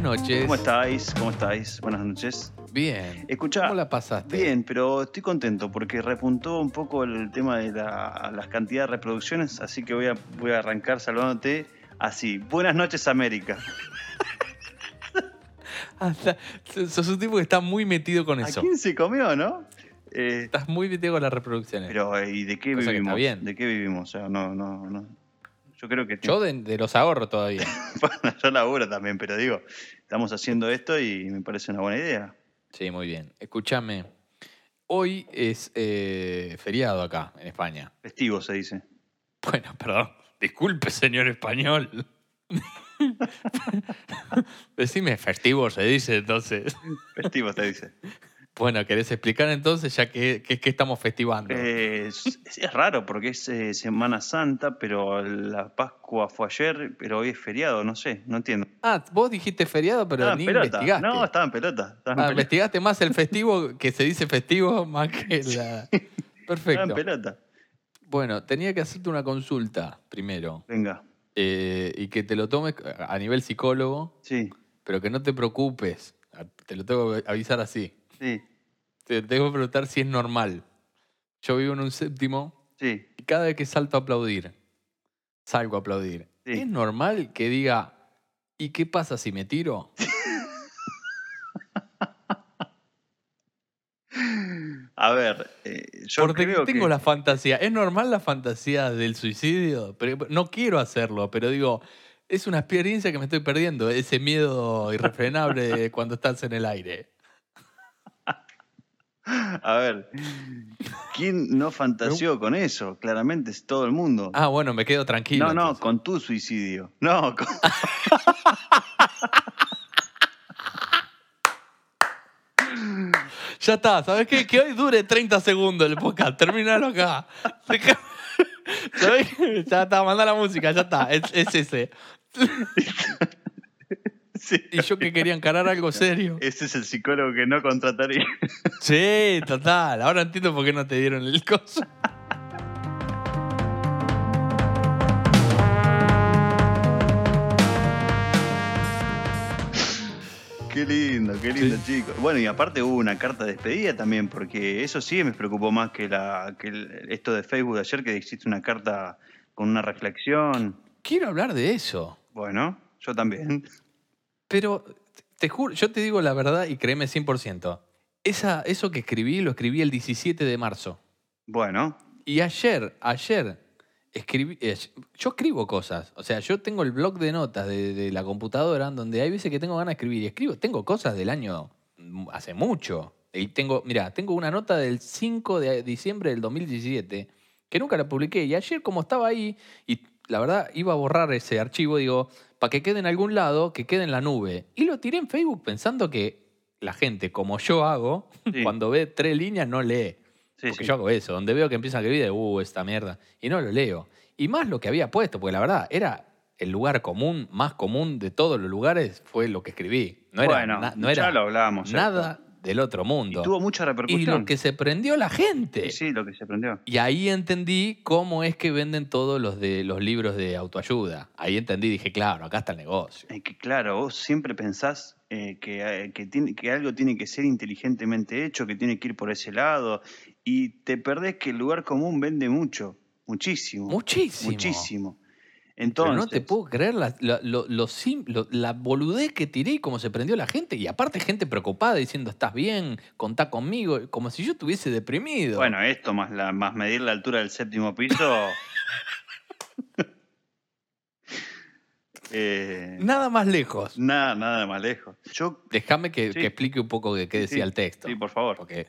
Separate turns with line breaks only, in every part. noches.
¿Cómo estáis? ¿Cómo estáis? Buenas noches.
Bien.
Escucha.
¿Cómo la pasaste?
Bien, pero estoy contento porque repuntó un poco el tema de la- las cantidades de reproducciones, así que voy a, voy a arrancar saludándote así. Buenas noches, América.
Ah, está- sos un tipo que está muy metido con
¿A
eso.
quién se comió, no? Eh,
Estás muy metido con las reproducciones.
pero, eh, ¿y de
Cosa
qué
que está
vivimos?
bien.
¿De qué vivimos? O sea, no, no, no. Yo creo que
Yo de, de los ahorro todavía.
Bueno, yo laburo también, pero digo, estamos haciendo esto y me parece una buena idea.
Sí, muy bien. Escúchame. Hoy es eh, feriado acá, en España.
Festivo se dice.
Bueno, perdón. Disculpe, señor español. Decime festivo, se dice entonces.
Festivo se dice.
Bueno, ¿querés explicar entonces ya que, que, que estamos festivando?
Eh, es, es raro porque es eh, Semana Santa, pero la Pascua fue ayer, pero hoy es feriado, no sé, no entiendo.
ah, vos dijiste feriado, pero
Estaba en
ni
Ah, pelota.
investigaste.
No, estaba en pelota. Estaba en
Ah,
pelota.
investigaste más el festivo que se dice festivo más que la.
Estaba en
Perfecto.
pelota.
Bueno, tenía que hacerte una consulta primero.
Venga,
eh, y que te lo tomes a nivel psicólogo,
sí,
pero que no te preocupes. A- Te lo tengo que avisar así.
sí,
Te tengo que preguntar si es normal. Yo vivo en un séptimo
sí.
y cada vez que salto a aplaudir, salgo a aplaudir.
Sí.
¿Es normal que diga, ¿y qué pasa si me tiro?
A ver, eh, yo
Porque
creo
tengo
que...
la fantasía. Es normal la fantasía del suicidio, pero no quiero hacerlo, pero digo, es una experiencia que me estoy perdiendo, ese miedo irrefrenable de cuando estás en el aire.
A ver, ¿quién no fantaseó con eso? Claramente es todo el mundo.
Ah, bueno, me quedo tranquilo.
No, no,
entonces.
con tu suicidio. No, con...
Ya está, ¿sabes qué? Que hoy dure 30 segundos el podcast, terminalo acá. Deja- ¿Sabés qué? Ya está, manda la música, ya está, es, es ese.
sí,
Y yo que quería encarar algo serio.
ese es el psicólogo que no contrataría.
Sí, total. Ahora entiendo por qué no te dieron el coso.
Qué lindo, qué lindo, chicos. Bueno, y aparte hubo una carta de despedida también, porque eso sí me preocupó más que, la, que el- esto de Facebook de ayer, que existe una carta con una reflexión.
Quiero hablar de eso.
Bueno, yo también.
Pero te juro, yo te digo la verdad y créeme 100%. Esa, eso que escribí lo escribí el 17 de marzo.
Bueno,
Y ayer, ayer, escribí, eh, yo escribo cosas. O sea, yo tengo el blog de notas de, de la computadora en donde hay veces que tengo ganas de escribir y escribo. Tengo cosas del año mm, hace mucho. Y tengo, mira, tengo una nota del 5 de diciembre del 2017 que nunca la publiqué. Y ayer, como estaba ahí, y la verdad iba a borrar ese archivo, digo, para que quede en algún lado, que quede en la nube. Y lo tiré en Facebook pensando que la gente, como yo hago,
Sí.
cuando ve tres líneas no lee.
sí,
Porque
sí.
yo hago eso, donde veo que empiezan a escribir, uh, esta mierda. Y no lo leo. Y más lo que había puesto, porque la verdad, era el lugar común, más común de todos los lugares, fue lo que escribí. No era,
bueno,
na- no era
ya lo hablábamos. esto.
nada del otro
Y
mundo.
tuvo mucha
Y, lo
repercusión.
que se prendió la gente.
Sí, sí, lo que se prendió.
Y ahí entendí cómo es que venden todos los de los libros de autoayuda. Ahí entendí, dije, claro, acá está el negocio.
Es que claro, vos siempre pensás eh, que, eh, que, tiene- que algo tiene que ser inteligentemente hecho, que tiene que ir por ese lado, y te perdés que el lugar común vende mucho, muchísimo.
Muchísimo.
Muchísimo.
Pero
Entonces,
no te puedo creer la, la- lo- lo sim- lo- la boludez que tiré y cómo se prendió la gente. Y aparte, gente preocupada diciendo, estás bien, contá conmigo, como si yo estuviese deprimido.
bueno, esto más, la, más medir la altura del séptimo piso. Eh,
Nada más lejos.
nada, nada más lejos. Yo,
Déjame que,
Sí.
que explique un poco de qué
Sí,
decía el texto.
sí, por favor.
porque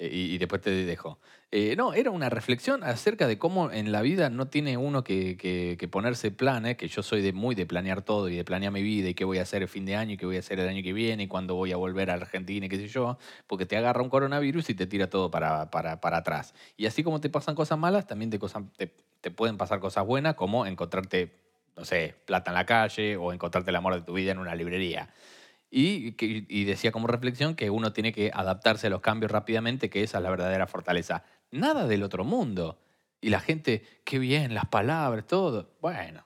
eh, y, y después te dejo. Eh, no, era una reflexión acerca de cómo en la vida no tiene uno que, que- que ponerse planes, que yo soy de muy de planear todo y de planear mi vida y qué voy a hacer el fin de año y qué voy a hacer el año que viene y cuándo voy a volver a la Argentina y qué sé yo, porque te agarra un coronavirus y te tira todo para, para, para atrás. Y así como te pasan cosas malas, también te, cosa- te, te pueden pasar cosas buenas como encontrarte, no sé, plata en la calle o encontrarte el amor de tu vida en una librería. Y, que- y decía como reflexión que uno tiene que adaptarse a los cambios rápidamente, que esa es la verdadera fortaleza. Nada del otro mundo. Y la gente, qué bien, las palabras, todo. Bueno,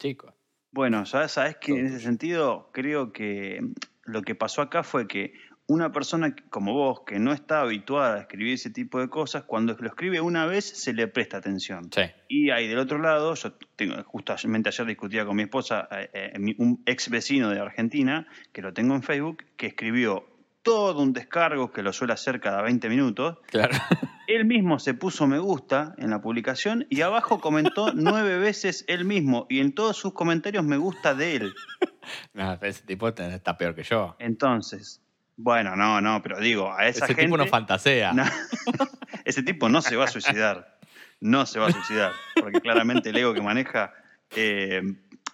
chicos.
Bueno, ya sabes que en ese sentido creo que lo que pasó acá fue que una persona como vos, que no está habituada a escribir ese tipo de cosas, cuando lo escribe una vez se le presta atención.
Sí.
Y ahí del otro lado, yo tengo, justamente ayer discutía con mi esposa, eh, eh, mi- un ex vecino de Argentina, que lo tengo en Facebook, que escribió todo un descargo que lo suele hacer cada 20 minutos.
Claro.
Él mismo se puso me gusta en la publicación y abajo comentó nueve veces él mismo y en todos sus comentarios me gusta de él.
No, ese tipo está peor que yo.
Entonces, bueno, no, no, pero digo, a esa
Ese
gente...
tipo no fantasea.
No. Ese tipo no se va a suicidar. No se va a suicidar. Porque claramente el ego que maneja. eh,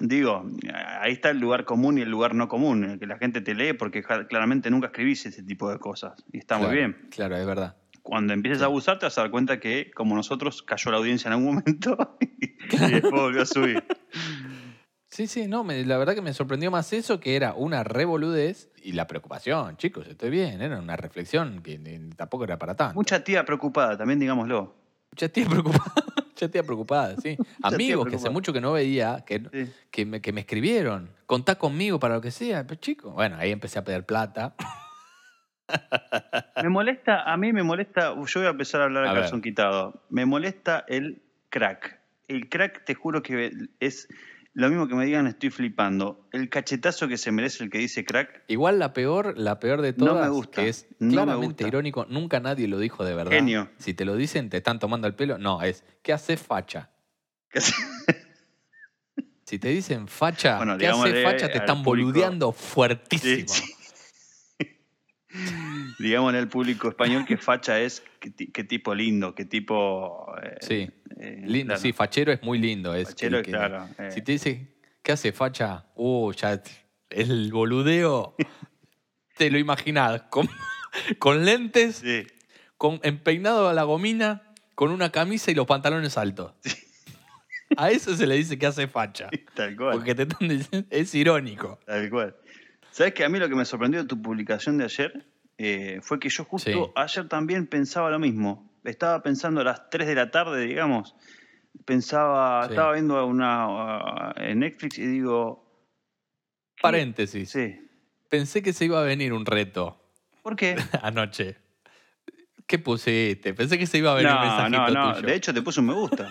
digo, ahí está el lugar común y el lugar no común. el que la gente te lee porque ja- claramente nunca escribís ese tipo de cosas. Y está
Claro,
muy bien.
Claro, es verdad.
Cuando empieces a abusar, te vas a dar cuenta que, como nosotros, cayó la audiencia en algún momento y, y después volvió a subir.
Sí, sí, no, me- la verdad que me sorprendió más eso que era una revoludez y la preocupación, chicos, estoy bien, era una reflexión que ni- tampoco era para tanto.
Mucha tía preocupada, también digámoslo.
Ya estoy preocupada, ya estoy preocupada, sí. Amigos que hace
preocupada.
mucho que no veía, que,
Sí.
que, me, que me escribieron, contá conmigo para lo que sea, pero chico, bueno, ahí empecé a pedir plata.
Me molesta, a mí me molesta, yo voy a empezar a hablar
A
a
ver.
calzón quitado. Me molesta el crack. El crack, te juro que es lo mismo que me digan, estoy flipando. El cachetazo que se merece el que dice crack,
Igual la peor, la peor de
No me
todas,
gusta,
que es
no me
claramente
gusta.
irónico, nunca nadie lo dijo de verdad.
Genio.
Si te lo dicen, te están tomando el pelo. No, es, ¿qué hace facha?
que se-
Si te dicen facha,
Bueno,
¿qué hace
digámosle
facha? Te
al
están
público-
boludeando fuertísimo.
Sí, digámosle al público español que facha es qué, ti- qué tipo lindo, qué tipo... eh,
Sí,
eh,
lindo,
claro.
sí, fachero es muy lindo. Es
Fachero,
que- que-
claro, eh.
Si te dicen, ¿qué hace facha? Uh, ya t- el boludeo. te lo imaginás. Con, con lentes,
Sí.
con empeinado a la gomina, con una camisa y los pantalones altos. A eso se le dice que hace facha.
tal cual.
Porque te están diciendo, es irónico.
Tal cual. ¿Sabes que a mí lo que me sorprendió de tu publicación de ayer eh, fue que yo justo
Sí.
ayer también pensaba lo mismo? Estaba pensando a las 3 de la tarde, digamos. Pensaba,
Sí.
estaba viendo una uh, en Netflix y digo,
Paréntesis.
sí,
Pensé que se iba a venir un reto.
¿por qué?
anoche. ¿Qué pusiste? Pensé que se iba a venir un
No,
mensajito
no, no.
tuyo.
De hecho, te puse un me gusta.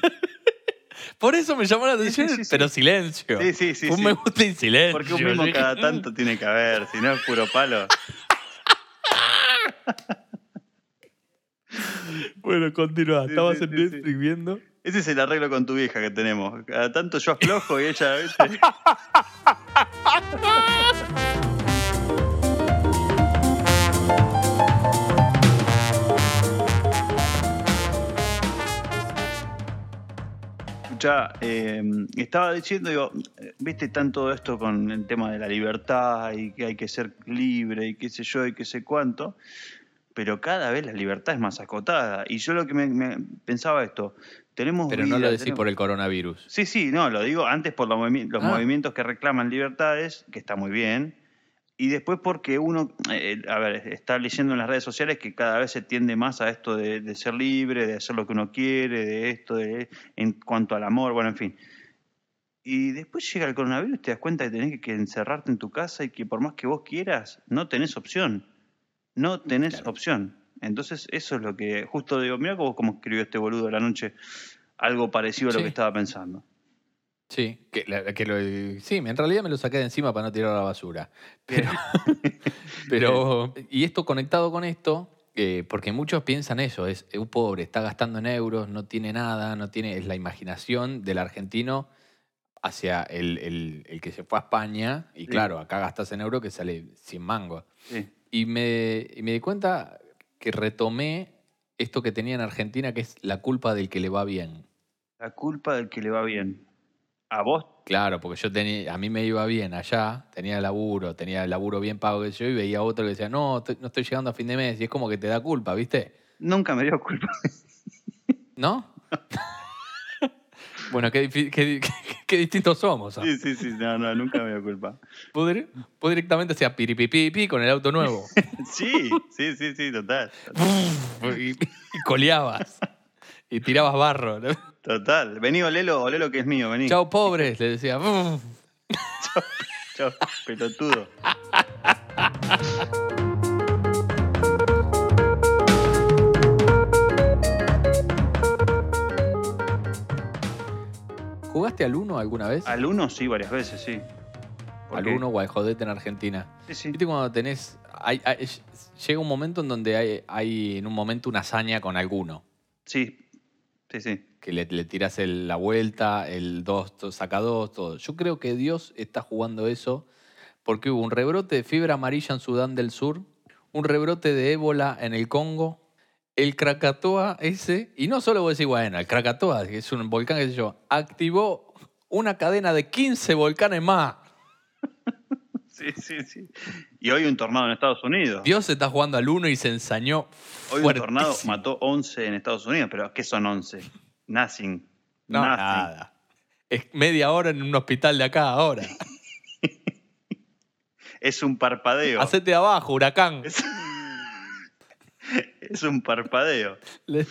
Por eso me llamó la
sí,
atención,
sí, sí.
pero silencio.
Sí, sí, sí,
Un
sí.
me gusta y silencio.
Porque un mismo
Yo
cada
dije, "Mm".
tanto tiene que haber, si no es puro palo.
Bueno, continúa.
Sí,
Estabas
sí,
en
sí, sí.
Netflix viendo.
Ese es el arreglo con tu vieja que tenemos. Cada tanto yo aflojo y ella. ¿viste? Escuchá, eh, estaba diciendo, digo, eh, viste tanto esto con el tema de la libertad y que hay que ser libre y qué sé yo y qué sé cuánto, pero cada vez la libertad es más acotada. Y yo lo que me, me pensaba esto, tenemos...
Pero no
vida,
lo decís
tenemos-
por el coronavirus.
Sí, sí, no, lo digo antes por los, movimi- los
Ah.
movimientos que reclaman libertades, que está muy bien, y después porque uno, eh, a ver, está leyendo en las redes sociales que cada vez se tiende más a esto de, de ser libre, de hacer lo que uno quiere, de esto, de, en cuanto al amor, bueno, en fin. Y después llega el coronavirus, te das cuenta que tenés que- que encerrarte en tu casa y que por más que vos quieras, no tenés opción. No tenés
Claro.
opción. Entonces, eso es lo que. Justo digo, mira cómo, cómo escribió este boludo de la noche algo parecido a lo
Sí.
que estaba pensando.
Sí, que, la- que lo, sí, en realidad me lo saqué de encima para no tirar a la basura. Pero, pero y esto conectado con esto, eh, porque muchos piensan eso, es eh, un pobre, está gastando en euros, no tiene nada, no tiene, es la imaginación del argentino hacia el, el- el que se fue a España, y
Sí.
claro, acá gastas en euros que sale 100 mangos.
Sí.
Y me, y me di cuenta que retomé esto que tenía en Argentina, que es la culpa del que le va bien.
La culpa del que le va bien. A vos,
Claro, porque yo tenía, a mí me iba bien allá, tenía laburo, tenía el laburo bien pago que yo, y veía a otro que decía, no, estoy- no estoy llegando a fin de mes, y es como que te da culpa, ¿viste?
nunca me dio culpa.
¿No? bueno, qué, difi- qué di- qué distintos somos. ¿ah?
Sí, sí, sí, no, no, nunca me dio culpa.
Vos dir- vos directamente hacías piripipipi con el auto nuevo.
Sí, sí, sí, sí, total.
y, y coleabas. Y tirabas barro.
Total. Vení, olelo, olelo que es mío, vení.
Chao, pobres, le decía.
chao, pelotudo.
¿Jugaste al 1 alguna vez?
Al uno sí, varias veces, sí.
Al
Porque-
1 o al Jodete en Argentina.
Sí, sí.
Viste cuando tenés. hay- hay- llega un momento en donde hay, hay en un momento una hazaña con alguno.
Sí, sí, sí.
Que le, le tirás el- la vuelta, el 2 saca 2, todo. Yo creo que Dios está jugando eso porque hubo un rebrote de fiebre amarilla en Sudán del Sur, un rebrote de ébola en el Congo, el Krakatoa ese, y no solo vos decís, bueno, el Krakatoa, que es un volcán, qué sé yo, activó una cadena de 15 volcanes más.
Sí, sí, sí. Y hoy un tornado en Estados Unidos.
Dios está jugando al 1 y se ensañó
hoy un
fuertísimo.
tornado mató 11 en Estados Unidos, pero ¿qué son 11? Nothing.
No,
Nothing.
nada. Es media hora en un hospital de acá ahora.
Es un parpadeo.
Hacete abajo, huracán.
Es... es un parpadeo.
Le-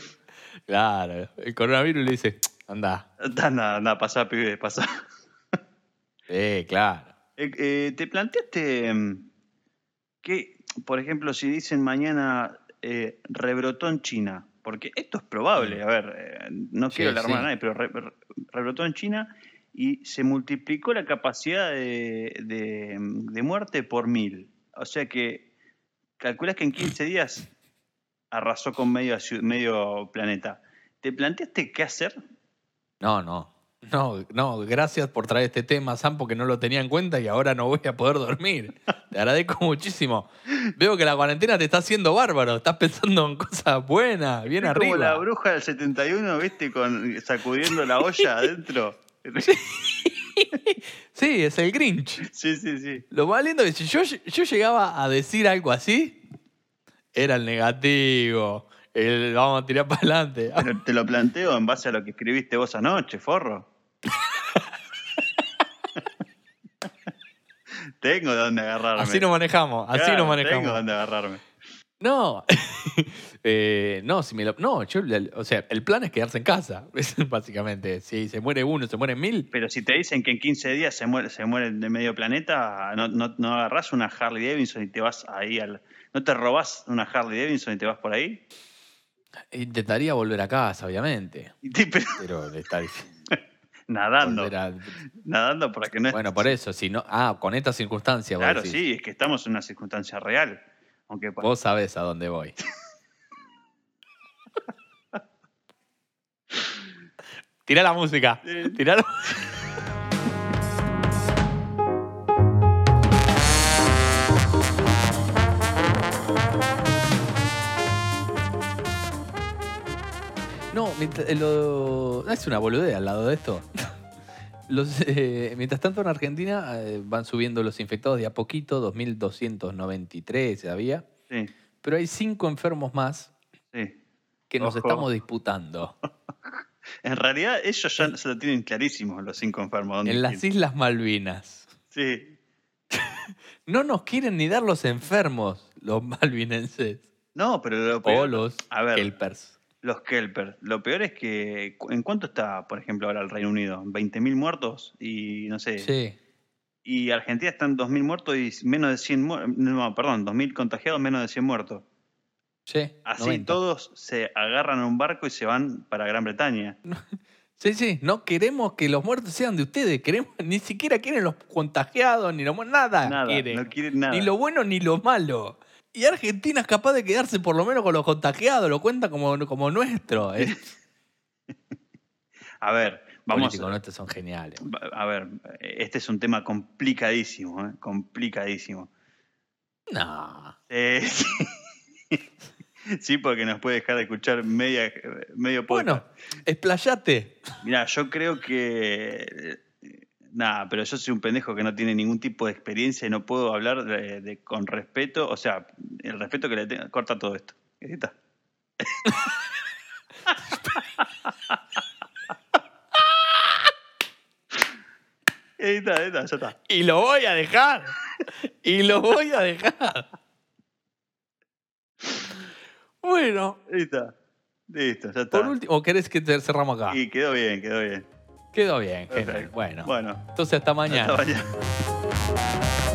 Claro, el coronavirus le dice, anda.
Anda, anda, pasá, pibe, pasá.
Eh, claro.
Eh, eh, ¿Te planteaste mm, que, por ejemplo, si dicen mañana eh, rebrotó en China? Porque esto es probable, a ver, eh, no
Mm. Sí,
quiero alarmar
sí.
a nadie, pero re- re- rebrotó en China y se multiplicó la capacidad de, de- mm, de muerte por mil. O sea que calculas que en 15 días arrasó con medio, ciu- medio planeta. ¿Te planteaste qué hacer?
No, no. No, no, gracias por traer este tema, Sam, porque no lo tenía en cuenta y ahora no voy a poder dormir. Te agradezco muchísimo. Veo que la cuarentena te está haciendo bárbaro. Estás pensando en cosas buenas, bien
Es Como la
arriba.
bruja del 71, ¿viste? Con, sacudiendo la olla adentro.
Sí, es el Grinch.
Sí, sí, sí.
Lo más lindo es que si yo, yo llegaba a decir algo así, era el negativo. El vamos a tirar para adelante.
Pero te lo planteo en base a lo que escribiste vos anoche, forro. tengo de dónde agarrarme.
Así nos manejamos, así nos
Claro, Tengo de
manejamos.
dónde agarrarme.
No, Eh, no, si me lo- no, yo, o sea, el plan es quedarse en casa, es básicamente. Si se muere uno, se mueren mil.
Pero si te dicen que en 15 días se muere, se muere de medio planeta, no, no, no agarrás una Harley Davidson y te vas ahí al. ¿No te robás una Harley Davidson y te vas por ahí?
Intentaría volver a casa, obviamente,
Y te- pero-
pero de estar
nadando.
volver a-
Nadando para que no
bueno, por eso, si no, ah, con estas circunstancias, vos,
Claro,
decís.
sí, es que estamos en una circunstancia real. Aunque pa-
Vos sabés a dónde voy. Tira la música.
Sí.
Tirá la- No, mientras- eh, lo- es una boludea al lado de esto. Los, eh, mientras tanto, en Argentina eh, van subiendo los infectados de a poquito, 2.293 había,
sí,
pero hay cinco enfermos más
sí.
que nos
Ojo.
estamos disputando.
En realidad, ellos ya se lo tienen clarísimo, los cinco enfermos. ¿dónde
En las
tienen?
Islas Malvinas.
Sí.
No nos quieren ni dar los enfermos, los malvinenses.
No, pero lo
O
peor,
los
a ver.
kelpers.
los Kelper. Lo peor es que, cu- ¿en cuánto está, por ejemplo, ahora el Reino Unido? ¿20.000 muertos? Y no sé.
Sí.
Y Argentina están 2.000 muertos y menos de 100 muertos. No, perdón, 2.000 contagiados, menos de 100 muertos.
Sí.
Así
90.
todos se agarran a un barco y se van para Gran Bretaña.
Sí, sí. No queremos que los muertos sean de ustedes. Queremos, ni siquiera quieren los contagiados, ni los mu- nada.
nada,
quieren.
no quieren nada.
Ni lo bueno ni lo malo. Y Argentina es capaz de quedarse por lo menos con los contagiados, lo cuenta como, como nuestro. ¿eh?
A ver, vamos
Políticos nuestros son geniales.
A ver, este es un tema complicadísimo, ¿eh? complicadísimo.
No.
Eh, sí. Sí, porque nos puede dejar de escuchar media, medio
Bueno,
podcast.
explayate.
Mirá, yo creo que... eh, Nada, pero yo soy un pendejo que no tiene ningún tipo de experiencia y no puedo hablar de, de- con respeto. O sea, el respeto que le tengo... Corta todo esto. Ahí está. Ahí está, ahí está, ya está.
Y lo voy a dejar. Y lo voy a dejar. Bueno,
Ahí está. Listo, ya está.
por último, ¿o querés que te cerramos acá?
Y quedó bien, quedó bien.
Quedó bien, gente.
Perfecto.
Bueno,
Bueno,
entonces hasta
hasta
mañana.
mañana. chao.